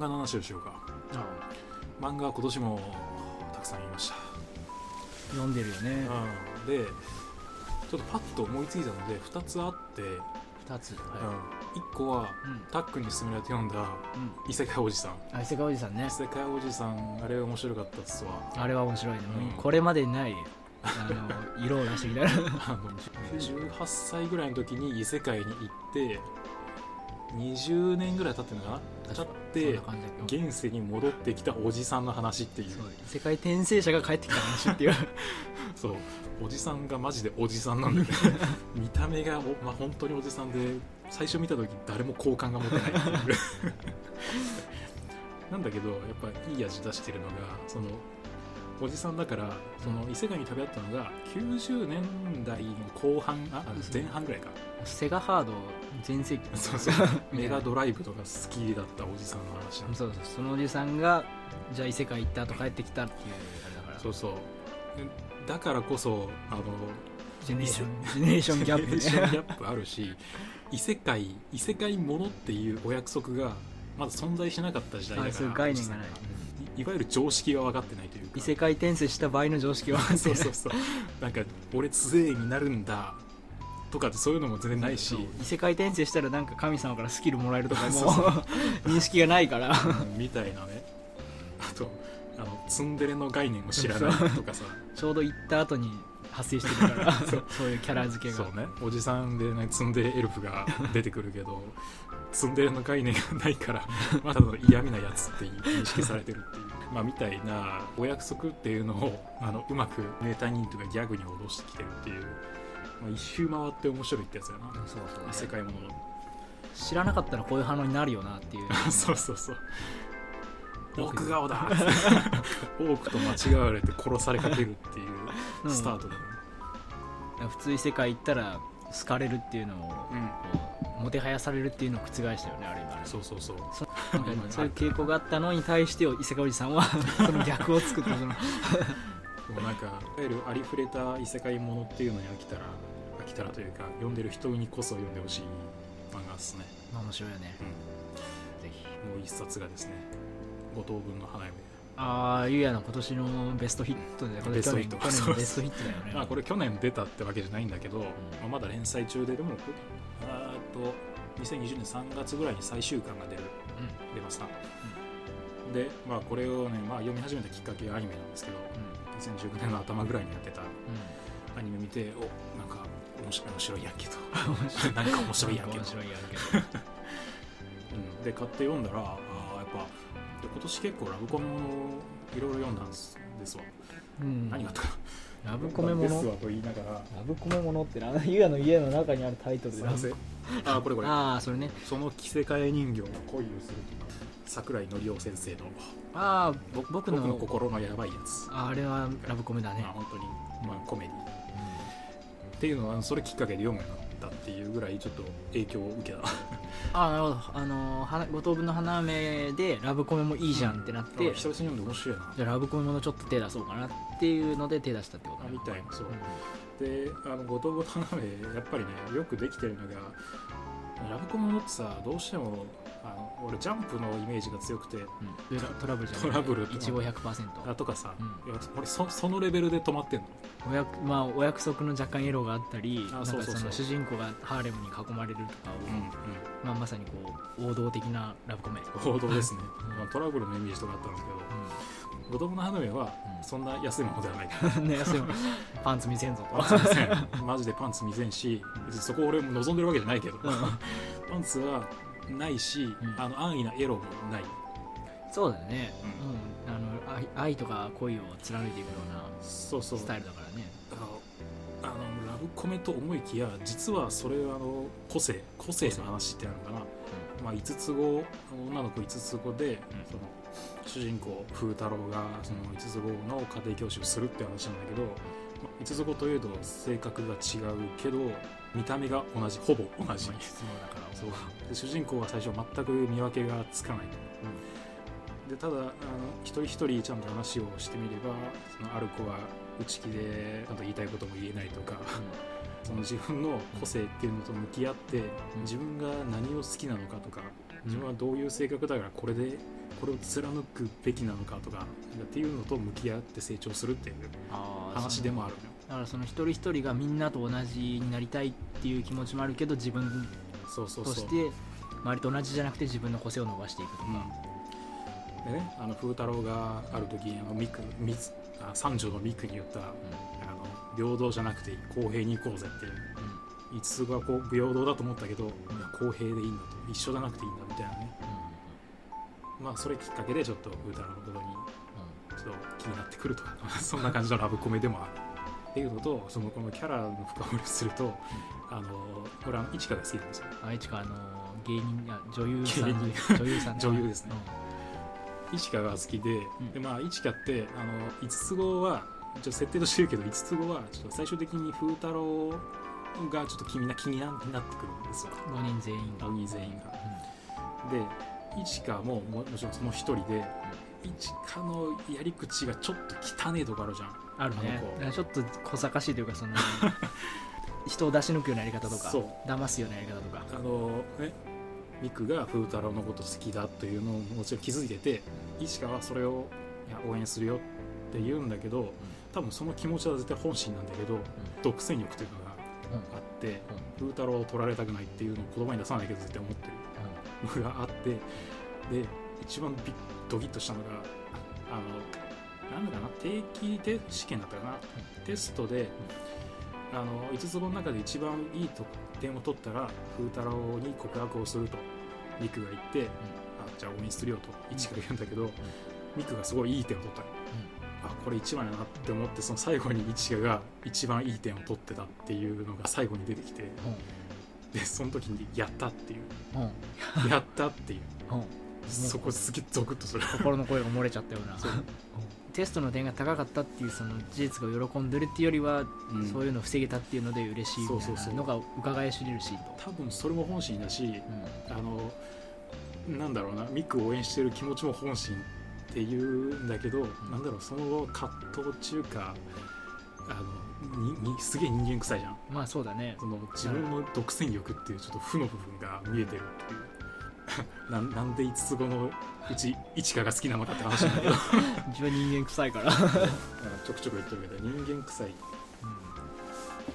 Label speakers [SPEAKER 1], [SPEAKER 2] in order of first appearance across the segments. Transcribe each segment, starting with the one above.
[SPEAKER 1] 話をしようか
[SPEAKER 2] あ
[SPEAKER 1] 漫画は今年もたくさん読みました
[SPEAKER 2] 読んでるよね
[SPEAKER 1] うんでちょっとパッと思いついたので2つあって、
[SPEAKER 2] 2つ
[SPEAKER 1] う
[SPEAKER 2] は
[SPEAKER 1] ん、1個はい
[SPEAKER 2] うん
[SPEAKER 1] タックンに勧められて読んだ
[SPEAKER 2] うん
[SPEAKER 1] 異世界おじさん
[SPEAKER 2] あ伊勢川おじさんね
[SPEAKER 1] 異世界おじさんあれ面白かったっす わ
[SPEAKER 2] あれは面白いね、
[SPEAKER 1] うん
[SPEAKER 2] これまでにない あの色を出してきた
[SPEAKER 1] あの18歳ぐらいの時に異世界に行って20年ぐらい経ってるのかな経
[SPEAKER 2] そん
[SPEAKER 1] って
[SPEAKER 2] な感じだけど
[SPEAKER 1] 現世に戻ってきたおじさんの話っていう
[SPEAKER 2] そう異世界転生者が帰ってきた話っていう
[SPEAKER 1] そうおじさんがマジでおじさんなん だよね見た目がお、まあ、本当におじさんで最初見た時誰も好感が 持てないっていうなんだけどやっぱいい味出してるのがそのおじさんだからその異世界に旅立ったのが90年代の後半ああ前半ぐらいか
[SPEAKER 2] セガハード全盛期
[SPEAKER 1] そう そうメガドライブとか好きだったおじさんの話なんです
[SPEAKER 2] そうそうそのおじさんがじゃあ異世界行った後帰ってきたっていうあれだから
[SPEAKER 1] そうそうでだからこそあの
[SPEAKER 2] ジェネレーションジェネレーションギャップ
[SPEAKER 1] ジェネレーション
[SPEAKER 2] ね
[SPEAKER 1] ギャップあるし異世界異世界ものっていうお約束がまだ存在しなかった時代だか
[SPEAKER 2] あ
[SPEAKER 1] ら
[SPEAKER 2] そういう概念がない
[SPEAKER 1] いいわゆる常識が分かってないというか
[SPEAKER 2] 異世界転生した場合の常識は
[SPEAKER 1] そうそうそうなんか俺杖になるんだとかってそういうのも全然ないし
[SPEAKER 2] そう異世界転生したらなんか神様からスキルもらえるとかもう
[SPEAKER 1] そうそ
[SPEAKER 2] 認識がないから
[SPEAKER 1] みたいなねあとあのツンデレの概念を知らないと かさ
[SPEAKER 2] ちょうど行った後に発生してる からそういうキャラ付け
[SPEAKER 1] そ
[SPEAKER 2] が
[SPEAKER 1] うねおじさんで、ね、ツンデレエルフ が出てくるけどツンデレの概念がないから まあただの嫌味なやつって認識されてる っていうまあみたいなお約束っていうのをあのうまくネタにとかギャグに脅してきてるっていう、まあ、一周回って面白いってやつやな
[SPEAKER 2] そうそう
[SPEAKER 1] 異世界もの の
[SPEAKER 2] 知らなかったらこういう反応になるよなっていう
[SPEAKER 1] そうそうそう奥顔だ 多くと間違われて殺されかけるっていうスタートだね、
[SPEAKER 2] 普通異世界行ったら好かれるっていうのをこ
[SPEAKER 1] うん
[SPEAKER 2] うもてはやされるっていうのを覆したよねあれ今
[SPEAKER 1] そうそうそう
[SPEAKER 2] なんかそういう傾向があったのに対して異世界おじさ んはその逆を作ったその
[SPEAKER 1] でもなんかいわゆるありふれた異世界ものっていうのに飽きたら飽きたらというか読んでる人にこそ読んでほしい漫画ですね、
[SPEAKER 2] まあ面白いよね
[SPEAKER 1] ぜひもう一冊がですね五等分の花嫁
[SPEAKER 2] ああゆうやの今年のベストヒットでこれ
[SPEAKER 1] ベス
[SPEAKER 2] 去
[SPEAKER 1] トヒ
[SPEAKER 2] 年
[SPEAKER 1] ット
[SPEAKER 2] 去年のベストヒットだよね
[SPEAKER 1] まあこれ去年出たってわけじゃないんだけど、まあ、まだ連載中ででもあーっと2020年3月ぐらいに最終巻が出る
[SPEAKER 2] う
[SPEAKER 1] 出ました、でまあこれをね、まあ、読み始めたきっかけはアニメなんですけど
[SPEAKER 2] ん
[SPEAKER 1] 2019年の頭ぐらいにやってた
[SPEAKER 2] う
[SPEAKER 1] アニメ見ておなんか面白い面白いやんけと
[SPEAKER 2] んうん面白い
[SPEAKER 1] なんか面白いやんけ
[SPEAKER 2] 面
[SPEAKER 1] と
[SPEAKER 2] 白いやんけど
[SPEAKER 1] うんで買って読んだらあーやっぱで今年結構ラブコメものいろいろ読んだんですですわ、
[SPEAKER 2] うん
[SPEAKER 1] 何があったか
[SPEAKER 2] ラブコメも
[SPEAKER 1] です
[SPEAKER 2] の
[SPEAKER 1] わと言いながら
[SPEAKER 2] ラブコメものってなゆうやの家の中にあるタイトルでラブ
[SPEAKER 1] すいませんあーこれこれ
[SPEAKER 2] ああそれね
[SPEAKER 1] その着せ替え人形の恋をする桜井紀夫先生の
[SPEAKER 2] ああ
[SPEAKER 1] 「
[SPEAKER 2] ぼ僕
[SPEAKER 1] 僕
[SPEAKER 2] の
[SPEAKER 1] の心のやばいやつ」
[SPEAKER 2] ああれはラブコメだね
[SPEAKER 1] まあ、本当に、まあ、コメディっていうのはそれきっかけで読むようになったっていうぐらいちょっと影響を受けた
[SPEAKER 2] ああなるほどあのー花五等分の花嫁でラブコメもいいじゃんってなって、
[SPEAKER 1] あ久々に読んで面白いな
[SPEAKER 2] じゃあラブコメものちょっと手出そうかなっていうので手出したってこと
[SPEAKER 1] あ
[SPEAKER 2] ね
[SPEAKER 1] みたいなそう
[SPEAKER 2] うん
[SPEAKER 1] であの後藤ごと鍋やっぱりねよくできてるのがラブコメものってさどうしてもあの俺ジャンプのイメージが強くて
[SPEAKER 2] うんトラトラブルじゃない
[SPEAKER 1] トラブルと
[SPEAKER 2] 一応100%
[SPEAKER 1] あとかさ、
[SPEAKER 2] う
[SPEAKER 1] いや俺そそのレベルで止まってんの
[SPEAKER 2] おやくまあ、お約束の若干エロがあったり
[SPEAKER 1] あ
[SPEAKER 2] なんか
[SPEAKER 1] そうそうそう
[SPEAKER 2] その主人公がハーレムに囲まれるとかを、まあ、まさにこう王道的なラブコメ、
[SPEAKER 1] うん報道ですね、
[SPEAKER 2] うん
[SPEAKER 1] まあトラブルのイメージとかあったんですけど
[SPEAKER 2] う
[SPEAKER 1] 子供の花嫁は
[SPEAKER 2] うん
[SPEAKER 1] そんな安いものでは ないから、
[SPEAKER 2] ん、ねそうパンツ見せん ぞと
[SPEAKER 1] パンツ見せんマジでパンツ見せんし別にそこ俺も望んでるわけじゃないけど、
[SPEAKER 2] うん
[SPEAKER 1] パンツはないし、
[SPEAKER 2] ん
[SPEAKER 1] あの安易なエロもない
[SPEAKER 2] そうだよね、
[SPEAKER 1] う
[SPEAKER 2] もうあの愛愛とか恋を貫いていくような
[SPEAKER 1] そうそう
[SPEAKER 2] スタイルだからね
[SPEAKER 1] あのあのラブコメと思いきや実はそれはあの個性個性の話ってあるのかな、まあ、5つ子女の子5つ子で、その主人公風太郎がその5つ子の家庭教師をするって話なんだけど、まあ、5つ子というと性格が違うけど見た目が同じほぼ同じ
[SPEAKER 2] まあ質問だから
[SPEAKER 1] そうで主人公は最初全く見分けがつかないと、でただあの一人一人ちゃんと話をしてみればそのある子は内気でちゃんと言いたいことも言えないとか その自分の個性っていうのと向き合って
[SPEAKER 2] ん
[SPEAKER 1] 自分が何を好きなのかとか
[SPEAKER 2] うん
[SPEAKER 1] 自分はどういう性格だからこれでこれを貫くべきなのかとかっていうのと向き合って成長するっていう
[SPEAKER 2] あー
[SPEAKER 1] 話でもあるのよ
[SPEAKER 2] だからその一人一人がみんなと同じになりたいっていう気持ちもあるけど自分
[SPEAKER 1] そうそう
[SPEAKER 2] と
[SPEAKER 1] そう
[SPEAKER 2] して周りと同じじゃなくて自分の個性を伸ばしていくとか、
[SPEAKER 1] うん、でねあの風太郎がある時あのミクミツあ三条のミクに言ったあの平等じゃなくて公平に行こうぜっていう
[SPEAKER 2] うんうん
[SPEAKER 1] 五つがこう平等だと思ったけど、いや公平でいいんだと一緒じゃなくていいんだみたいなねまあそれきっかけでちょっと風太郎のことに
[SPEAKER 2] う
[SPEAKER 1] ちょっと気になってくるとか そんな感じのラブコメでもあるっていうのとそのこのキャラの深掘りをすると、あの俺は一華が好きなんですよ
[SPEAKER 2] ん、あいつかあの芸人や女優さん
[SPEAKER 1] 芸
[SPEAKER 2] 女優さん
[SPEAKER 1] 女優ですね
[SPEAKER 2] うん
[SPEAKER 1] 一華が好きで,、
[SPEAKER 2] うん
[SPEAKER 1] でまあ一華ってあの五つ子はちょ設定としてるけど五つ子はちょっと最終的に風太郎がちょっと気にな気にななってくるんですよ
[SPEAKER 2] 5人全員が
[SPEAKER 1] 5人全員がで一華もももちろんその一人で一華のやり口がちょっと汚ねえとこあるじゃん
[SPEAKER 2] うんあるね
[SPEAKER 1] あの子
[SPEAKER 2] だからちょっと小賢しいというか その人を出し抜くようなやり方とか
[SPEAKER 1] そう
[SPEAKER 2] 騙すようなやり方とか
[SPEAKER 1] あのねミクが風太郎のこと好きだというのをもちろん気づいてて一華はそれをいや応援するよって言うんだけど多分その気持ちは絶対本心なんだけど独占欲というのが
[SPEAKER 2] うんうん
[SPEAKER 1] あって風太郎を取られたくないっていうのを言葉に出さないけど絶対思ってるのがあってで一番ビドキッとしたのがあのなんだかな定期で試験だったかなテストで、あの5つ子の中で一番いい得点を取ったら風太郎に告白をするとミクが言って、あじゃあ応援するよと一から言うんだけど、ミクがすごいいい点を取ったの、あこれ一番やなって思ってその最後に一華が一番いい点を取ってたっていうのが最後に出てきてでその時に「やった」っていう
[SPEAKER 2] うんう
[SPEAKER 1] 「
[SPEAKER 2] ん
[SPEAKER 1] やった」っていう
[SPEAKER 2] うんうん
[SPEAKER 1] そこすげえゾクッとする
[SPEAKER 2] 心の声が漏れちゃったような
[SPEAKER 1] そう
[SPEAKER 2] テストの点が高かったっていうその事実が喜んでるっていうよりは、
[SPEAKER 1] うん
[SPEAKER 2] そういうのを防げたっていうので嬉しいみ
[SPEAKER 1] そう
[SPEAKER 2] たい
[SPEAKER 1] そうそ
[SPEAKER 2] な
[SPEAKER 1] う
[SPEAKER 2] のが伺い知れるしと、
[SPEAKER 1] 多分それも本心だし
[SPEAKER 2] うん
[SPEAKER 1] あのなんだろうなミクを応援してる気持ちも本心っていうんだけど、なんだろうその葛藤中かあのににすげえ人間臭いじゃん
[SPEAKER 2] まあそうだね
[SPEAKER 1] その自分の独占欲っていうちょっと負の部分が見えてるっていう。 なんなんで5つ子のうち一華が好きなのかって話なん だけどだか
[SPEAKER 2] 一番人間臭いから、
[SPEAKER 1] らちょくちょく言ってるけど人間臭い、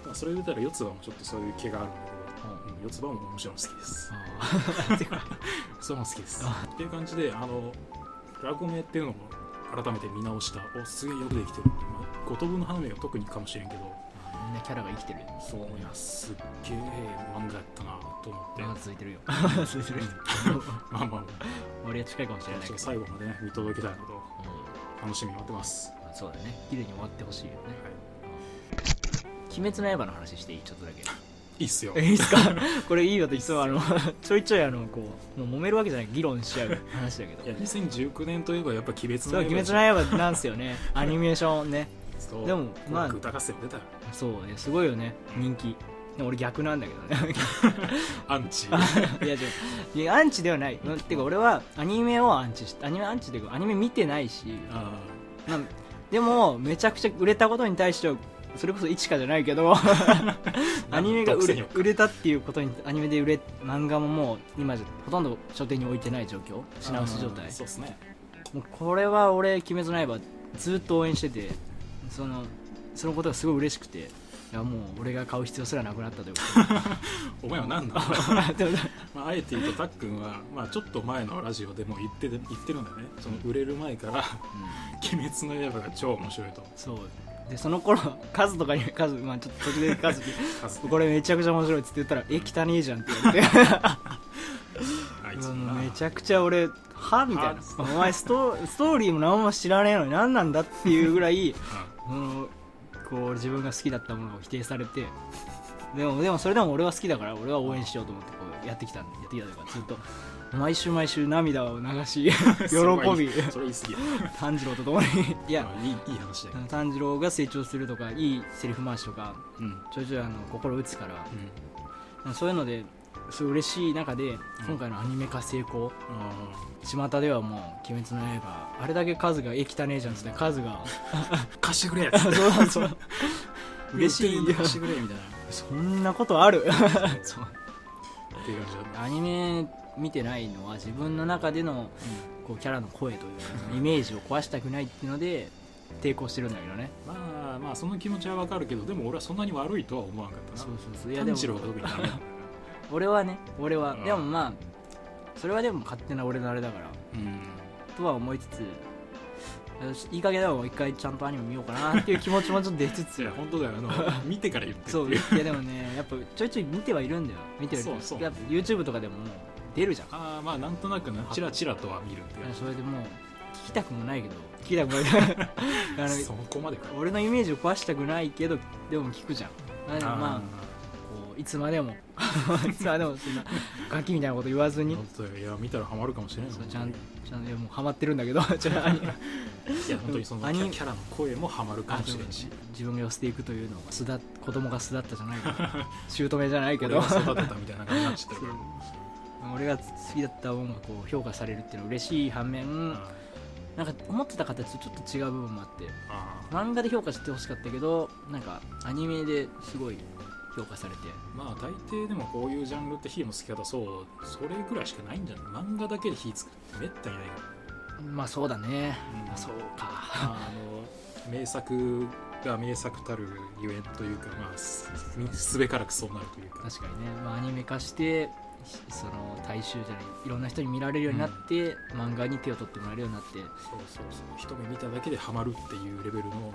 [SPEAKER 1] まあ、それで言ったら四つ葉もちょっとそういう毛があるんだけど、うん、四つ葉ももちろん好きですそれも好きです
[SPEAKER 2] あ
[SPEAKER 1] っていう感じであのラゴメっていうのを改めて見直したおすげえよくできてるまあ五等分の花芽が特にかもしれんけど
[SPEAKER 2] みんなキャラが生きてる
[SPEAKER 1] そういやすっげえ漫画やったなと思って、
[SPEAKER 2] まだ続い てるよ続いてるよ
[SPEAKER 1] まあまあま
[SPEAKER 2] 俺は近いかもしれ
[SPEAKER 1] あ
[SPEAKER 2] ない
[SPEAKER 1] ち
[SPEAKER 2] け
[SPEAKER 1] ょっと
[SPEAKER 2] ど、
[SPEAKER 1] 最後までね見届けたいのと
[SPEAKER 2] う
[SPEAKER 1] 楽しみに待ってます、は
[SPEAKER 2] んまあそうだね綺麗に終わってほしいよね
[SPEAKER 1] い、
[SPEAKER 2] 「鬼滅の刃」の話していいちょっとだけ
[SPEAKER 1] いいっすよ
[SPEAKER 2] えいいっすか これいいよとそうあの ちょいちょいあのこうもう揉めるわけじゃない議論し合う話だけど
[SPEAKER 1] いや2019年といえばやっぱ「鬼滅
[SPEAKER 2] そう
[SPEAKER 1] の
[SPEAKER 2] 「鬼滅の刃」なんですよ ねアニメーションね
[SPEAKER 1] そう
[SPEAKER 2] でもまあ
[SPEAKER 1] 歌合戦出たよ
[SPEAKER 2] そうねすごいよね人気でも俺逆なんだけど ね
[SPEAKER 1] アン チ
[SPEAKER 2] いや違ういやアンチではないうんてか俺はアニメをアンチしてアニメアンチっていうかアニメ見てないし
[SPEAKER 1] あ
[SPEAKER 2] まあでもめちゃくちゃ売れたことに対してはそれこそ一かじゃない けどアニメが売
[SPEAKER 1] 独占
[SPEAKER 2] れ
[SPEAKER 1] 欲
[SPEAKER 2] 売れたっていうことにアニメで売れ漫画ももう今じゃほとんど書店に置いてない状況
[SPEAKER 1] ー
[SPEAKER 2] 品薄状態
[SPEAKER 1] あーそうっすね
[SPEAKER 2] もうこれは俺「鬼滅の刃」ずっと応援しててそのそのことがすごい嬉しくていやもう俺が買う必要すらなくなったというか
[SPEAKER 1] お前は何なんだ
[SPEAKER 2] でも
[SPEAKER 1] まあ、あえて言うとたっくんは、まあ、ちょっと前のラジオでも言ってて言ってるんだよねその売れる前から 「鬼滅の刃」が超面白いと
[SPEAKER 2] そうでその頃カズとかにカズまあちょっと途中で カズに
[SPEAKER 1] 数
[SPEAKER 2] これめちゃくちゃ面白いっつって言ったら「え汚ねえじゃん」って言われて
[SPEAKER 1] あいうつ
[SPEAKER 2] わ
[SPEAKER 1] も
[SPEAKER 2] も
[SPEAKER 1] な
[SPEAKER 2] うめちゃくちゃ俺はみたい
[SPEAKER 1] は
[SPEAKER 2] なお前ストストーリーも何も知らねえのに何なんだっていうぐ らいそのこう自分が好きだったものを否定されてでもでもそれでも俺は好きだから俺は応援しようと思ってこうやってきたんでやってきたというかずっと毎週毎週涙を流 し
[SPEAKER 1] うん
[SPEAKER 2] 喜び
[SPEAKER 1] それは言い過ぎや
[SPEAKER 2] 炭治郎と共にい
[SPEAKER 1] い
[SPEAKER 2] や
[SPEAKER 1] やいいいい話だよ、
[SPEAKER 2] 炭治郎が成長するとかいいセリフ回しとか
[SPEAKER 1] うん
[SPEAKER 2] ちょいちょいあの心打つから
[SPEAKER 1] うん
[SPEAKER 2] そういうのですごい嬉しい中で今回のアニメ化成功、
[SPEAKER 1] あ
[SPEAKER 2] 巷ではもう「鬼滅の刃」あれだけ数が「え汚ねえじゃん」っつって数が
[SPEAKER 1] ー貸してくれ
[SPEAKER 2] そうそう 嬉しい
[SPEAKER 1] 言ってるんで貸してくれみたいな
[SPEAKER 2] そんなことある
[SPEAKER 1] っていう感じだね
[SPEAKER 2] アニメ見てないのは自分の中でのこうキャラの声というかイメージを壊したくないっていうので抵抗してるんだけどね
[SPEAKER 1] まあまあその気持ちはわかるけどでも俺はそんなに悪いとは思わんかった
[SPEAKER 2] そう
[SPEAKER 1] な
[SPEAKER 2] そうそういやで
[SPEAKER 1] 炭
[SPEAKER 2] も
[SPEAKER 1] 治郎が特にダメだから
[SPEAKER 2] 俺はね俺は
[SPEAKER 1] うん
[SPEAKER 2] でもまあそれはでも勝手な俺のあれだから
[SPEAKER 1] うん
[SPEAKER 2] とは思いつついい加減だも一回ちゃんとアニメ見ようかなっていう気持ちもちょっと出つ
[SPEAKER 1] い
[SPEAKER 2] つ
[SPEAKER 1] や本当だよあの 見てから言ってってい
[SPEAKER 2] そういやでもねやっぱちょいちょい見てはいるんだよ見てはいる
[SPEAKER 1] そうそう
[SPEAKER 2] やっぱ YouTube とかでも出るじゃん
[SPEAKER 1] ああまあなんとなくなチラチラとは見るん
[SPEAKER 2] いや
[SPEAKER 1] で
[SPEAKER 2] それでもう聞きたくもないけど聞きたくもない あ
[SPEAKER 1] そ
[SPEAKER 2] の
[SPEAKER 1] こまでか
[SPEAKER 2] 俺のイメージを壊したくないけどでも聞くじゃんあでもまあ
[SPEAKER 1] あ
[SPEAKER 2] こういつまでも いつまでもそんなガキみたいなこと言わず
[SPEAKER 1] ー
[SPEAKER 2] に
[SPEAKER 1] 本当よいや見たらハマるかもしれない
[SPEAKER 2] そう
[SPEAKER 1] 本
[SPEAKER 2] ちゃ
[SPEAKER 1] 当
[SPEAKER 2] ん
[SPEAKER 1] に
[SPEAKER 2] ちゃんといやもうハマってる んだけどちょっとアニメ
[SPEAKER 1] いや本当にその
[SPEAKER 2] ア
[SPEAKER 1] キ
[SPEAKER 2] ニ
[SPEAKER 1] ャキャラの声もハマるかもしれんし
[SPEAKER 2] 自分が寄せていくというのが巣立子供が巣立ったじゃないけ ど姑じゃないけ
[SPEAKER 1] 俺
[SPEAKER 2] ど
[SPEAKER 1] が育てたみたいな感じになっちゃってる から
[SPEAKER 2] 俺が好きだった音楽を評価されるっていうのは嬉しい反面、
[SPEAKER 1] あ
[SPEAKER 2] なんか思ってた形とちょっと違う部分もあって
[SPEAKER 1] ーあ
[SPEAKER 2] 漫画で評価してほしかったけどなんかアニメですごい評価されて
[SPEAKER 1] ーまあ大抵でもこういうジャンルって火のつき方そうそれぐらいしかないんじゃない漫画だけで火つくってめったにないから
[SPEAKER 2] まあそうだね、
[SPEAKER 1] うん
[SPEAKER 2] まあそうか
[SPEAKER 1] あの名作が名作たるゆえんというか、まあ、すすべからくそうなるというか
[SPEAKER 2] 確かにね、まあ、アニメ化してしその大衆じゃないいろんな人に見られるようになって、漫画に手を取ってもらえるようになって
[SPEAKER 1] そうそうそう一目見ただけでハマるっていうレベルのも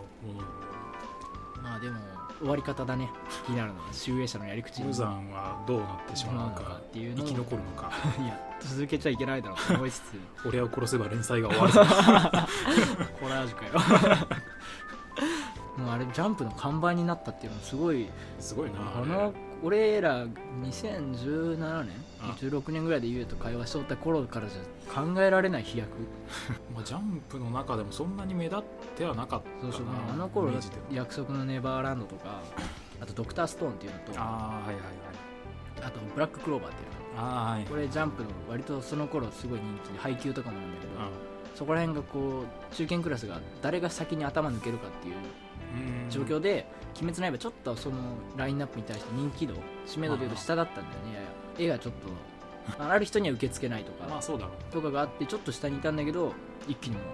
[SPEAKER 2] まあでも終わり方だね気になるのは集英社のやり口
[SPEAKER 1] の無残はどうなってしまうの
[SPEAKER 2] どうなの
[SPEAKER 1] か
[SPEAKER 2] かっていうの
[SPEAKER 1] 生
[SPEAKER 2] を
[SPEAKER 1] き残るのか
[SPEAKER 2] いや続けちゃいけないだろうと思いつつ
[SPEAKER 1] 俺を殺せば連載が終わるぞ
[SPEAKER 2] コラージュかよもうあれジャンプの看板になったっていうのはすごい
[SPEAKER 1] すごいな
[SPEAKER 2] あ
[SPEAKER 1] あれ
[SPEAKER 2] の俺ら2017年
[SPEAKER 1] あ
[SPEAKER 2] 16年ぐらいでゆうと会話しとった頃からじゃ考えられない飛躍
[SPEAKER 1] まあ、ジャンプの中でもそんなに目立ってはなかったな
[SPEAKER 2] そうそうあの頃
[SPEAKER 1] イメージでは
[SPEAKER 2] 約束のネバーランドとかあと「ドクターストーン」っていうのとあ
[SPEAKER 1] ああはいはいはい
[SPEAKER 2] と「ブラッククローバー」っていうの
[SPEAKER 1] ああはい
[SPEAKER 2] これジャンプの割とその頃すごい人気で配給とかもなんだけど
[SPEAKER 1] あ
[SPEAKER 2] そこら辺がこう中堅クラスが誰が先に頭抜けるかっていう
[SPEAKER 1] うん
[SPEAKER 2] 状況で「鬼滅の刃」ちょっとそのラインナップに対して人気度知名度でいうと下だったんだよねやや絵がちょっとあある人には受け付けないと
[SPEAKER 1] ま
[SPEAKER 2] か
[SPEAKER 1] あそうだろう、
[SPEAKER 2] とかがあってちょっと下にいたんだけど一気にもう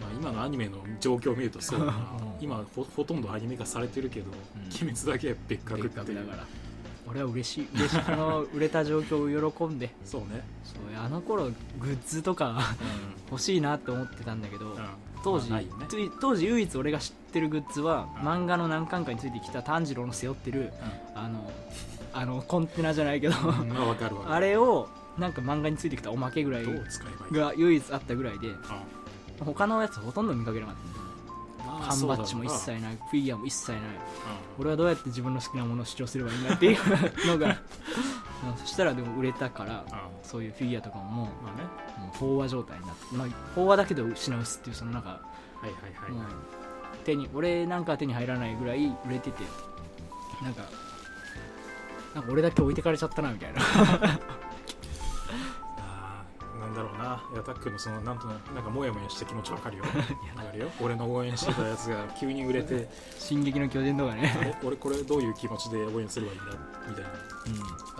[SPEAKER 1] まあ、今のアニメの状況を見るとそうだな
[SPEAKER 2] うん
[SPEAKER 1] 今ほほとんどアニメ化されてるけど、
[SPEAKER 2] ん
[SPEAKER 1] 鬼滅だけは別格っ
[SPEAKER 2] 別
[SPEAKER 1] て
[SPEAKER 2] 格
[SPEAKER 1] い
[SPEAKER 2] だ
[SPEAKER 1] う
[SPEAKER 2] から俺は嬉しい嬉しいこの売れた状況を喜んで
[SPEAKER 1] そうね、
[SPEAKER 2] そうあの頃グッズとか 欲しいなって思ってたんだけど、
[SPEAKER 1] うん
[SPEAKER 2] 当時、
[SPEAKER 1] まあ ないよね
[SPEAKER 2] つい当時唯一俺が知ってるグッズは、
[SPEAKER 1] うん
[SPEAKER 2] 漫画の何巻かについてきた炭治郎の背負ってるあのあのコンテナじゃないけど、
[SPEAKER 1] うんまあわかるわかる
[SPEAKER 2] あれをなんか漫画についてきたおまけぐらい
[SPEAKER 1] どう使えばいい
[SPEAKER 2] が唯一あったぐらいで
[SPEAKER 1] あ
[SPEAKER 2] 他のやつほとんど見かけなかった
[SPEAKER 1] まあ
[SPEAKER 2] 缶バッジ
[SPEAKER 1] そう
[SPEAKER 2] も
[SPEAKER 1] だろうな
[SPEAKER 2] 一切ないフィギュアも一切ない
[SPEAKER 1] うん
[SPEAKER 2] 俺はどうやって自分の好きなものを主張すればいいんだっていうのが うんそしたらでも売れたから
[SPEAKER 1] あ
[SPEAKER 2] そういうフィギュアとかももう
[SPEAKER 1] まあね
[SPEAKER 2] もう飽和状態になって、まあ、飽和だけど品薄っていうそのなんか、
[SPEAKER 1] はいはいはい、
[SPEAKER 2] もう手に俺なんかは手に入らないぐらい売れててなんかなんか俺だけ置いてかれちゃったなみたいな
[SPEAKER 1] あーなんだろうなヤタックのそのなんとなくなんかモヤモヤした気持ちわか るよわかるよ俺の応援してたやつが急に売れ て
[SPEAKER 2] 「進撃の巨人」とかね
[SPEAKER 1] あれ俺これどういう気持ちで応援すればいいんだみたいな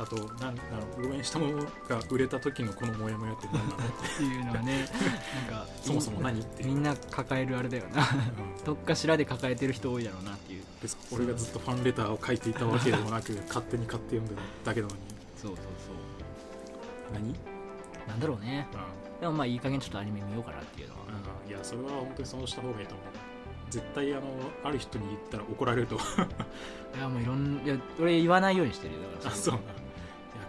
[SPEAKER 1] あとなんだろう応援したものが売れた時のこのモヤモヤって何 なの
[SPEAKER 2] っていうのはねなんか
[SPEAKER 1] そもそも何って、
[SPEAKER 2] み
[SPEAKER 1] うん
[SPEAKER 2] んな抱えるあれだよな どっかしらで抱えてる人多いだろうなっていう
[SPEAKER 1] 別に俺がずっとファンレターを書いていたわけでもな く勝手に買って読んでるだけなのに
[SPEAKER 2] そうそう
[SPEAKER 1] 何、うん
[SPEAKER 2] そうなんだろうねでもまあいい加減ちょっとアニメ見ようかなっていうのは
[SPEAKER 1] うん、いやそれは本当にそうした方がいいと思う絶対あのある人に言ったら怒られると思う
[SPEAKER 2] いやもういろんないや俺言わないようにしてるよだか
[SPEAKER 1] あ
[SPEAKER 2] ら
[SPEAKER 1] そうなんいや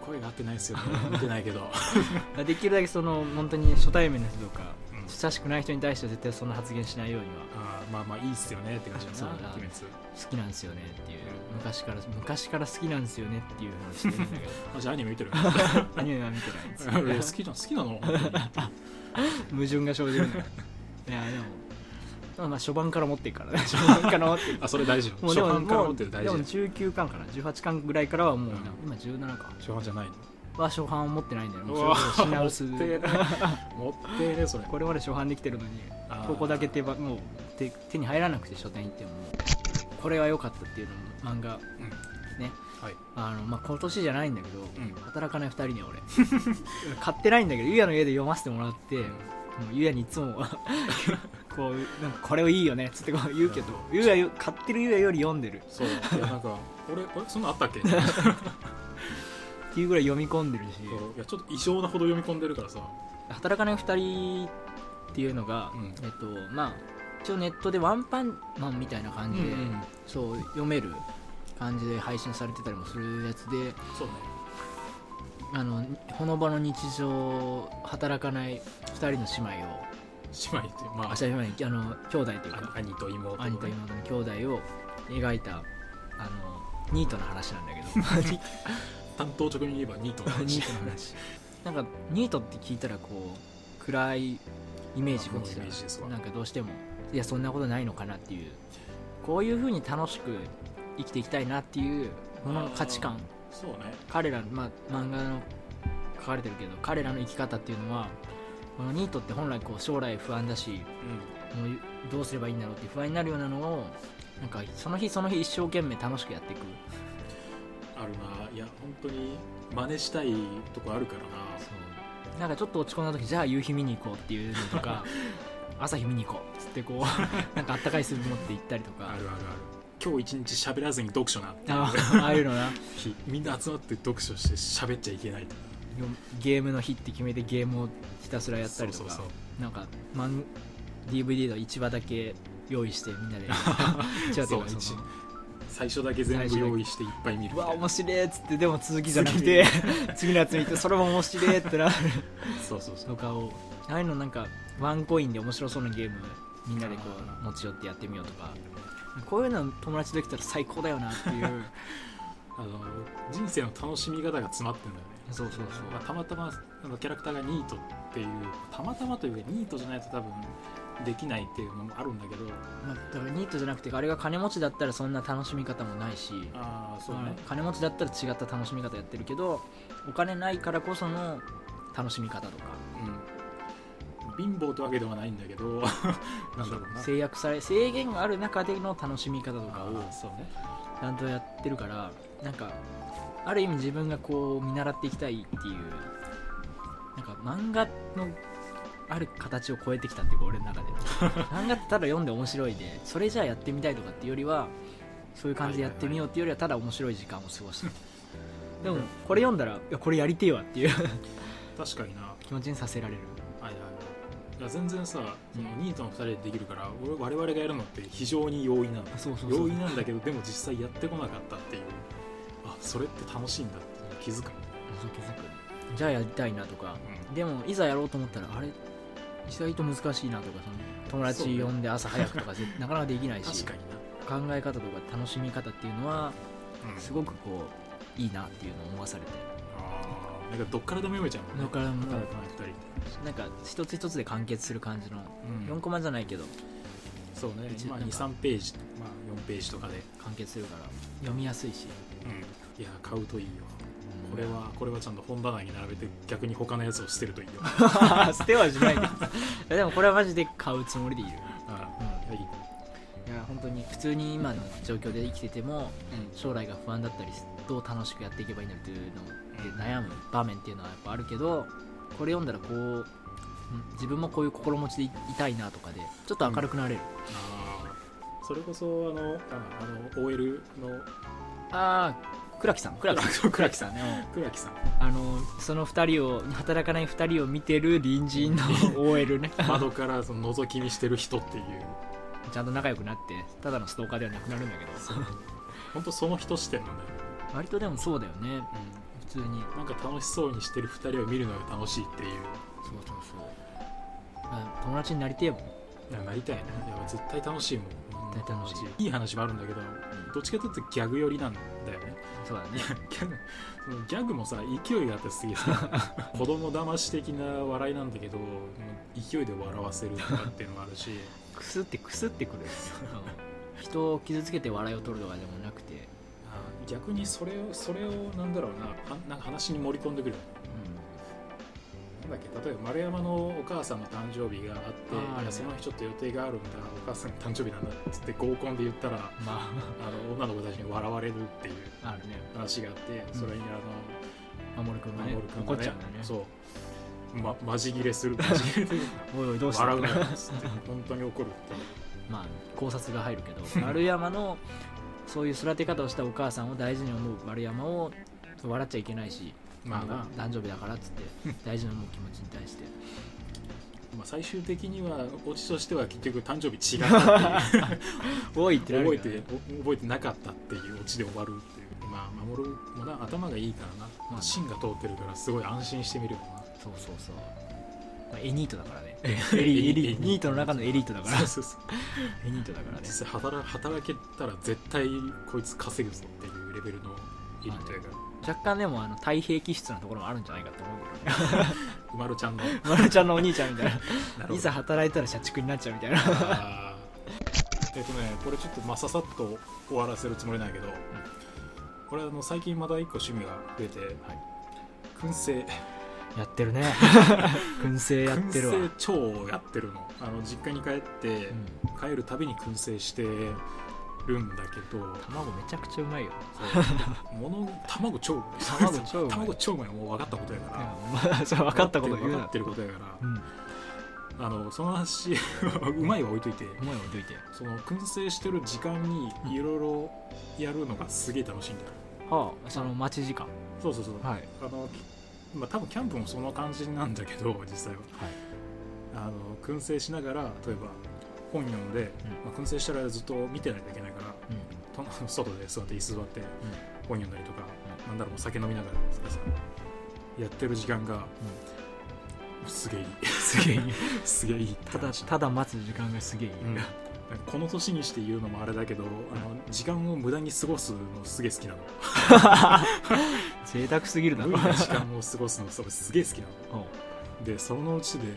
[SPEAKER 1] 声が合ってないですよね見てないけど
[SPEAKER 2] できるだけその本当に初対面の人とか、
[SPEAKER 1] うん
[SPEAKER 2] 親しくない人に対しては絶対そんな発言しないようには
[SPEAKER 1] あーまあまあいいっすよねって感じだ
[SPEAKER 2] そう
[SPEAKER 1] な
[SPEAKER 2] だな
[SPEAKER 1] 鬼滅
[SPEAKER 2] 好きなんですよねっていう昔から昔から好きなんですよねっていう話してるんだ けど
[SPEAKER 1] あじゃあアニメ見てる
[SPEAKER 2] アニメは見てないん ですよ
[SPEAKER 1] 俺好きじゃん好きなの本当に
[SPEAKER 2] 矛盾が生じるん だよいやでもまあまあ初版から持ってるからね 初版から持ってる
[SPEAKER 1] あそれ大事よ
[SPEAKER 2] も
[SPEAKER 1] 初
[SPEAKER 2] うでも
[SPEAKER 1] 版から
[SPEAKER 2] も
[SPEAKER 1] 持
[SPEAKER 2] う
[SPEAKER 1] って
[SPEAKER 2] で
[SPEAKER 1] る
[SPEAKER 2] も
[SPEAKER 1] 大事よ
[SPEAKER 2] 19巻かな18巻ぐらいからはもう、
[SPEAKER 1] うん
[SPEAKER 2] 今17巻
[SPEAKER 1] 初版じゃないの
[SPEAKER 2] は初版を持ってないんだよも
[SPEAKER 1] うわ
[SPEAKER 2] う品薄
[SPEAKER 1] 持ってえな 持ってえねそれ
[SPEAKER 2] これまで初版できてるのに
[SPEAKER 1] あー
[SPEAKER 2] ここだけ手ばもう手手に入らなくて書店行ってもこれは良かったっていうのも漫画
[SPEAKER 1] うん
[SPEAKER 2] ね
[SPEAKER 1] はい
[SPEAKER 2] あの、まあ、今年じゃないんだけど、
[SPEAKER 1] ん
[SPEAKER 2] 働かない2人ね俺 買ってないんだけどゆうやの家で読ませてもらって、もうゆうやにいつも こうなんかこれをいいよねっつってこう言うけど、ゆうやよ買ってるゆうやより読んでる
[SPEAKER 1] そういやなんか俺俺そんなのあったっ け
[SPEAKER 2] っていうぐらい読み込んでるし
[SPEAKER 1] そういやちょっと異常なほど読み込んでるからさ
[SPEAKER 2] 働かない2人っていうのが、
[SPEAKER 1] うん
[SPEAKER 2] えっとまあ一応ネットでワンパンマンみたいな感じで、そう読める感じで配信されてたりもするやつで
[SPEAKER 1] そうね
[SPEAKER 2] あのほの場の日常働かない2人の姉妹を
[SPEAKER 1] 姉妹ってま
[SPEAKER 2] あ
[SPEAKER 1] あ
[SPEAKER 2] 違う姉妹あの兄弟という
[SPEAKER 1] あ
[SPEAKER 2] か
[SPEAKER 1] 兄と妹
[SPEAKER 2] 兄と
[SPEAKER 1] ね
[SPEAKER 2] 妹の兄弟を描いたあのニートな話なんだけど
[SPEAKER 1] 担当直入に言えばニートの話
[SPEAKER 2] ニートの話なんかニートって聞いたらこう暗いイメージ持ち
[SPEAKER 1] あイメージですわ
[SPEAKER 2] なんかどうしてもいやそんなことないのかなっていうこういうふうに楽しく生きていきたいなっていうものの価値観
[SPEAKER 1] そうね
[SPEAKER 2] 彼らの、まあ、漫画の書かれてるけど彼らの生き方っていうのはこのニートって本来こう将来不安だしもうどうすればいいんだろうって不安になるようなのをなんかその日その日一生懸命楽しくやっていく
[SPEAKER 1] あるないや本当に真似したいとこあるからな
[SPEAKER 2] そうなんかちょっと落ち込んだ時じゃあ夕日見に行こうっていうのと か朝日見に行こうっつってこうなんかあったかいスープ持って行ったりとか
[SPEAKER 1] あるあるある今日一日喋らずに読書なっていう
[SPEAKER 2] あああいうのな
[SPEAKER 1] 日みんな集まって読書して喋っちゃいけないとか
[SPEAKER 2] ゲームの日って決めてゲームをひたすらやったりとか
[SPEAKER 1] そうそうそう
[SPEAKER 2] なんかマン DVD の1話だけ用意してみんなで 一話というか
[SPEAKER 1] そう
[SPEAKER 2] その
[SPEAKER 1] 最初だけ全部用意していっぱい見る
[SPEAKER 2] う
[SPEAKER 1] み
[SPEAKER 2] わ
[SPEAKER 1] たいな
[SPEAKER 2] 面白いっつってでも続きじゃなくて 次のやつ見てそれも面白いってなる
[SPEAKER 1] そうそうそう
[SPEAKER 2] とかをああいうのなんかワンコインで面白そうなゲームみんなでこ
[SPEAKER 1] あ
[SPEAKER 2] う持ち寄ってやってみようとかこういうの友達できたら最高だよなっていう
[SPEAKER 1] あの人生の楽しみ方が詰まってるんだよね
[SPEAKER 2] そうそうそう
[SPEAKER 1] まあ、たまたまあのキャラクターがニートっていうたまたまというかニートじゃないと多分できないっていうのもあるんだけど
[SPEAKER 2] まあだからニートじゃなくてあれが金持ちだったらそんな楽しみ方もないし
[SPEAKER 1] ああそうね
[SPEAKER 2] うん、金持ちだったら違った楽しみ方やってるけどお金ないからこその楽しみ方とか
[SPEAKER 1] うん、貧乏ってわけではないんだけど なんだろうな
[SPEAKER 2] 制約され制限がある中での楽しみ方とかを
[SPEAKER 1] あそうね
[SPEAKER 2] ちゃんとやってるからなんかある意味自分がこう見習っていきたいっていうなんか漫画のある形を超えてきたっていうか俺の 中で漫画ってただ読んで面白いでそれじゃあやってみたいとかっていうよりはそういう感じでやってみようっていうよりはただ面白い時間を過ごしてるでもこれ読んだらいやこれやりてえわっていう
[SPEAKER 1] 確かになは
[SPEAKER 2] 気持ちにさせられる
[SPEAKER 1] いはいはいいや全然さそのニートの2人でできるから俺我々がやるのって非常に容易なんだ
[SPEAKER 2] そうそ
[SPEAKER 1] 容易なんだけどでも実際やってこなかったっていうあそれって楽しいんだっていうの気づく、
[SPEAKER 2] じゃあやりたいなとか
[SPEAKER 1] う
[SPEAKER 2] でもいざやろうと思ったらあれ意外と難しいなとかその友達呼んで朝早くとかぜ なかなかできない
[SPEAKER 1] ん、確
[SPEAKER 2] し
[SPEAKER 1] か
[SPEAKER 2] 考
[SPEAKER 1] にな、
[SPEAKER 2] え方とか楽しみ方っていうのは
[SPEAKER 1] うん
[SPEAKER 2] すごくこういいなっていうのを思わされて
[SPEAKER 1] あーなんかどっからでも読めちゃうもんね
[SPEAKER 2] どっからでも
[SPEAKER 1] 働かない2人
[SPEAKER 2] なんか一つ一つで完結する感じの
[SPEAKER 1] うん
[SPEAKER 2] 4コマじゃないけど
[SPEAKER 1] そうね
[SPEAKER 2] 一、
[SPEAKER 1] まあ、
[SPEAKER 2] なんか
[SPEAKER 1] 23ページ、まあ、4ページとかで、
[SPEAKER 2] 完結するから読みやすいし
[SPEAKER 1] いや買うといいよこれはこれはちゃんと本棚に並べて逆に他のやつを捨てるといい よ
[SPEAKER 2] は 捨てはしないけどいやでもこれはマジで買うつもりでいる
[SPEAKER 1] あ
[SPEAKER 2] うん
[SPEAKER 1] あいいね
[SPEAKER 2] いや本当に普通に今の状況で生きてても将来が不安だったりどう楽しくやっていけばいいんだろうっていうので悩む場面っていうのはやっぱあるけどこれ読んだらこううん自分もこういう心持ちでいたいなとかでちょっと明るくなれる、
[SPEAKER 1] あーそれこそあのあのあの OL の
[SPEAKER 2] ああ倉木さん倉木さん 倉木さんね
[SPEAKER 1] 倉木さ ん
[SPEAKER 2] あのその2人を働かない2人を見てる隣人の OL ね
[SPEAKER 1] 窓からその覗き見してる人っていう
[SPEAKER 2] ちゃんと仲良くなってただのストーカーではなくなるんだけど
[SPEAKER 1] 本当その人視点なんだよ、
[SPEAKER 2] 割とでもそうだよね普通に
[SPEAKER 1] なんか楽しそうにしてる2人を見るのが楽しいっていう
[SPEAKER 2] そうそうそうあ友達になりてえもん
[SPEAKER 1] いやなりたいないや絶対楽しいもん
[SPEAKER 2] 絶対楽し
[SPEAKER 1] いいい話もあるんだけどどっちかというとギャグ寄りなんだよね
[SPEAKER 2] そうだね
[SPEAKER 1] ギャグそのギャグもさ勢いがあってすげえ さ子供騙し的な笑いなんだけど勢いで笑わせるとかっていうのもあるし
[SPEAKER 2] くすってくすってくるうん人を傷つけて笑いを取るとかでもなくて、
[SPEAKER 1] あー逆にそれをそれをなんだろうなはなんか話に盛り込んでくる
[SPEAKER 2] う
[SPEAKER 1] だっけ例えば丸山のお母さんの誕生日があって
[SPEAKER 2] あー
[SPEAKER 1] あいやその日ちょっと予定があるんだお母さんの誕生日なんだっつって合コンで言ったら
[SPEAKER 2] ま
[SPEAKER 1] あの女の子たちに笑われるっていう
[SPEAKER 2] あ あるね
[SPEAKER 1] 話があってそれにあの守
[SPEAKER 2] 守君がね
[SPEAKER 1] 君
[SPEAKER 2] 怒
[SPEAKER 1] が
[SPEAKER 2] っち
[SPEAKER 1] ね
[SPEAKER 2] ゃうんだよね
[SPEAKER 1] そうまマジギレ するマジギレというか
[SPEAKER 2] おいおいどうした
[SPEAKER 1] 笑うなよっつって本当に怒るっていう
[SPEAKER 2] まあ考察が入るけど丸山のそういう育て方をしたお母さんを大事に思う丸山を笑っちゃいけないし、
[SPEAKER 1] まあな
[SPEAKER 2] の誕生日だからっつ って大事に思う気持ちに対して
[SPEAKER 1] まあ、最終的にはオチとしては結局誕生日違 ったっていう
[SPEAKER 2] 「おい!」ってなる
[SPEAKER 1] 覚え
[SPEAKER 2] けど
[SPEAKER 1] てお覚えてなかったっていうオチで終わるっていうまあ守るもな頭がいいからな、まあ、芯が通ってるからすごい安心して見れるよ
[SPEAKER 2] そうそうそう、まあ、エニートだからね エリエリエニートの中のエリートだ
[SPEAKER 1] な
[SPEAKER 2] から
[SPEAKER 1] そうそうそう
[SPEAKER 2] エニートだからね
[SPEAKER 1] 実際働働けたら絶対こいつ稼ぐぞっていうレベルのエリートやから
[SPEAKER 2] 若干でもあの太平気質なところもあるんじゃないかと思うけどね
[SPEAKER 1] うまるちゃんの
[SPEAKER 2] 丸ちゃんのお兄ちゃんみたいな
[SPEAKER 1] なるほど
[SPEAKER 2] いざ働いたら社畜になっちゃうみたいな
[SPEAKER 1] あーえっとねこれちょっとまあささっと終わらせるつもりなんやけど、これあの最近まだ一個趣味が増えて、燻製
[SPEAKER 2] やってるね 燻製やってるわ
[SPEAKER 1] 燻製超やってるのあの実家に帰って、
[SPEAKER 2] うん
[SPEAKER 1] 帰るたびに燻製してるんだけど
[SPEAKER 2] 卵めちゃくちゃ うまいよ
[SPEAKER 1] そう物卵超うまい
[SPEAKER 2] 卵超うまい
[SPEAKER 1] 卵超うまいもう分かったことやか
[SPEAKER 2] いや
[SPEAKER 1] ら
[SPEAKER 2] ま あそれ分かったこと言う
[SPEAKER 1] 分か
[SPEAKER 2] な
[SPEAKER 1] ってることやから
[SPEAKER 2] う、んう
[SPEAKER 1] あのその話 うまいは置いといて
[SPEAKER 2] まい置いといては
[SPEAKER 1] その燻製してる時間にいろいろやるのがすげえ楽しいんだよ、
[SPEAKER 2] あその待ち時間
[SPEAKER 1] そうそうそう、
[SPEAKER 2] はいはい
[SPEAKER 1] あのまあ多分キャンプもその感じなんだけど実際はあの燻製しながら例えば本読んで、
[SPEAKER 2] う
[SPEAKER 1] まあ、燻製したらずっと見てないといけないからと 外で座って椅子座って本読んだりとか、なんだろうお酒飲みながらとかさやってる時間が、すげえいい
[SPEAKER 2] すげえいい
[SPEAKER 1] すげえいいって
[SPEAKER 2] ただ
[SPEAKER 1] 話
[SPEAKER 2] ただ待つ時間がすげえいい
[SPEAKER 1] うんこの年にして言うのもあれだけど、あの時間を無駄に過ごすのすげえ好きなの
[SPEAKER 2] 贅沢すぎるだ
[SPEAKER 1] 無
[SPEAKER 2] ろ
[SPEAKER 1] 意な時間を過ごすのそれすげえ好きなの
[SPEAKER 2] お う
[SPEAKER 1] でそのうちで、うん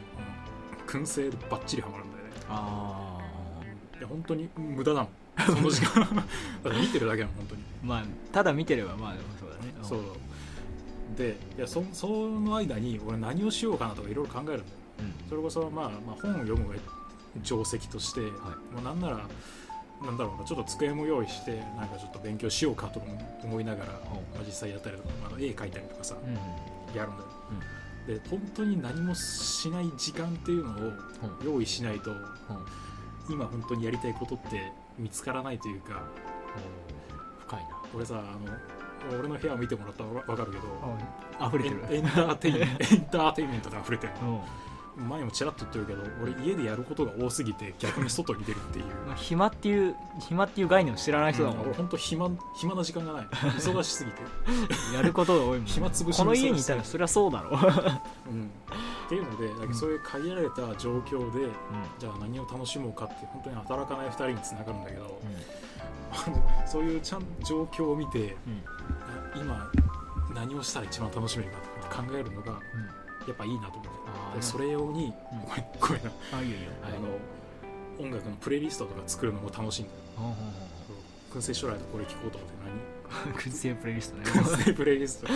[SPEAKER 1] 燻製でバッチリハマるんだよね
[SPEAKER 2] あ
[SPEAKER 1] いや本当に無駄なの その時間だって見てるだけなの本当に
[SPEAKER 2] ーまあただ見てればまあそうだねん
[SPEAKER 1] そうでいやそその間に俺何をしようかなとかいろいろ考えるんだよ
[SPEAKER 2] うん
[SPEAKER 1] それこそ、まあ、まあ本を読む上定石として、もうなんならなんだろうなちょっと机も用意してなんかちょっと勉強しようかとか思いながら、
[SPEAKER 2] ほう
[SPEAKER 1] まあ、実際やったりとか、まあ、絵描いたりとかさ、
[SPEAKER 2] うんうん
[SPEAKER 1] やるんだよで本当に何もしない時間っていうのを
[SPEAKER 2] ほう
[SPEAKER 1] 用意しないと
[SPEAKER 2] ほう
[SPEAKER 1] 今本当にやりたいことって見つからないというか
[SPEAKER 2] 深いな
[SPEAKER 1] 俺さあの俺の部屋を見てもらったらわわかるけど
[SPEAKER 2] あ溢れてる
[SPEAKER 1] エンエンターテインエ ンターテインメントで溢れてる
[SPEAKER 2] うん
[SPEAKER 1] 前もちらっと言ってるけど俺家でやることが多すぎて逆に外に出るっていう
[SPEAKER 2] まあ暇っていう暇っていう概念を知らない人だもん
[SPEAKER 1] 俺
[SPEAKER 2] ね
[SPEAKER 1] 本当暇暇な時間がない忙しすぎて、
[SPEAKER 2] やることが多いもんね
[SPEAKER 1] 暇つぶしに
[SPEAKER 2] この家にいたらそりゃそうだろ
[SPEAKER 1] う
[SPEAKER 2] う
[SPEAKER 1] ん、っていうのでなんかそういう限られた状況で、じゃあ何を楽しもうかって本当に働かない2人につながるんだけど、 そういうちゃん状況を見て
[SPEAKER 2] うんうん
[SPEAKER 1] あ今何をしたら一番楽しめるかとかって考えるのが
[SPEAKER 2] うん
[SPEAKER 1] やっぱいいなと思って
[SPEAKER 2] あ
[SPEAKER 1] で
[SPEAKER 2] ー
[SPEAKER 1] それ用に、
[SPEAKER 2] う
[SPEAKER 1] ごめ
[SPEAKER 2] ん
[SPEAKER 1] んごめんな
[SPEAKER 2] あいいよいいよ
[SPEAKER 1] あの音楽のプレイリストとか作るのも楽しいんだよ
[SPEAKER 2] ほうほうほ
[SPEAKER 1] 燻製将来とこれ聴こうとかって
[SPEAKER 2] う燻製プレイリストね
[SPEAKER 1] 何 燻製プレイリスト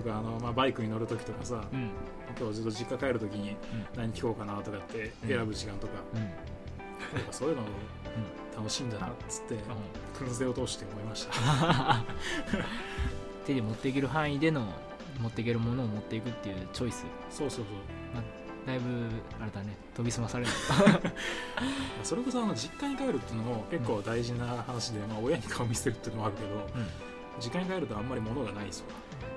[SPEAKER 1] とかあの、まあ、バイクに乗る時とかさ
[SPEAKER 2] うんうん
[SPEAKER 1] 今日ずっと実家帰る時に何聴こうかなとかって選ぶ時間とか,、
[SPEAKER 2] うん
[SPEAKER 1] そういうのを楽しいんだなっつって燻製を通して思いました
[SPEAKER 2] 手で持っていける範囲での持っていけるものを持っていくっていうチョイス
[SPEAKER 1] そうそうそう
[SPEAKER 2] だいぶあれだね研ぎ澄まされる
[SPEAKER 1] それこそあの実家に帰るっていうのも結構大事な話で、まあ、親に顔見せるっていうのもあるけど実家に帰るとあんまり物がないんですよ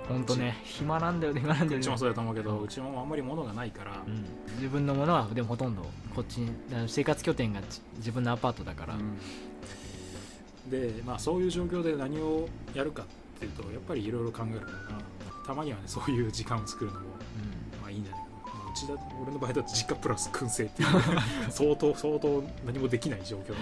[SPEAKER 2] ほんとね暇なんだよね暇なんだよ
[SPEAKER 1] う
[SPEAKER 2] ね
[SPEAKER 1] ちもそうだと思うけどうちもあんまり物がないから、
[SPEAKER 2] うん自分のものはでもほとんどこっちにあの生活拠点がち自分のアパートだから、
[SPEAKER 1] でまあそういう状況で何をやるかっていうとやっぱりいろいろ考えるからたまにはねそういう時間を作るのもまあいいんじゃないかな、まあうちだ俺の場合だと実家プラス燻製っていう 相当相当何もできない状況だから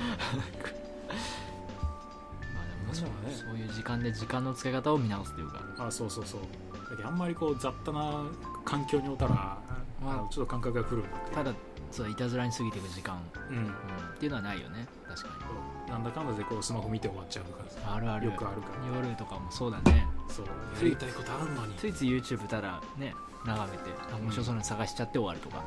[SPEAKER 2] まあでも
[SPEAKER 1] そうだね
[SPEAKER 2] そういう時間で時間の使い方を見直すというか
[SPEAKER 1] あそうそうそうだけどあんまりこう雑多な環境におったら、
[SPEAKER 2] まあ
[SPEAKER 1] あのちょっと感覚が狂うんだっていう
[SPEAKER 2] ただそういたずらに過ぎていく時間、
[SPEAKER 1] うん
[SPEAKER 2] うん、っていうのはないよね確かに
[SPEAKER 1] なんだかんだでこうスマホ見て終わっちゃうとか
[SPEAKER 2] あるある
[SPEAKER 1] よくあるから
[SPEAKER 2] 夜とかもそうだね
[SPEAKER 1] そうやりたいことあるのに
[SPEAKER 2] ついつい YouTube ただね眺めてあ面白そうなの探しちゃって終わるとか、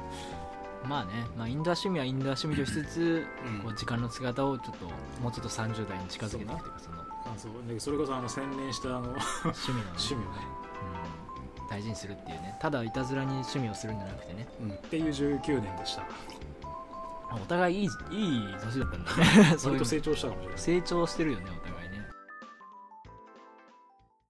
[SPEAKER 2] まあね、まあ、インドア趣味はインドア趣味としつつ、
[SPEAKER 1] うん
[SPEAKER 2] こう時間の姿をちょっともうちょっと30代に近づけていくというかその
[SPEAKER 1] あそうでそれこそあの洗練したあの
[SPEAKER 2] 趣味の、ね
[SPEAKER 1] 趣味をね、
[SPEAKER 2] うん、大事にするっていうねただいたずらに趣味をするんじゃなくてね
[SPEAKER 1] うん、っていう19年でした
[SPEAKER 2] お互いいいいい年だったんだねそう
[SPEAKER 1] 割
[SPEAKER 2] いうの
[SPEAKER 1] と成長したかもしれない
[SPEAKER 2] 成長してるよねお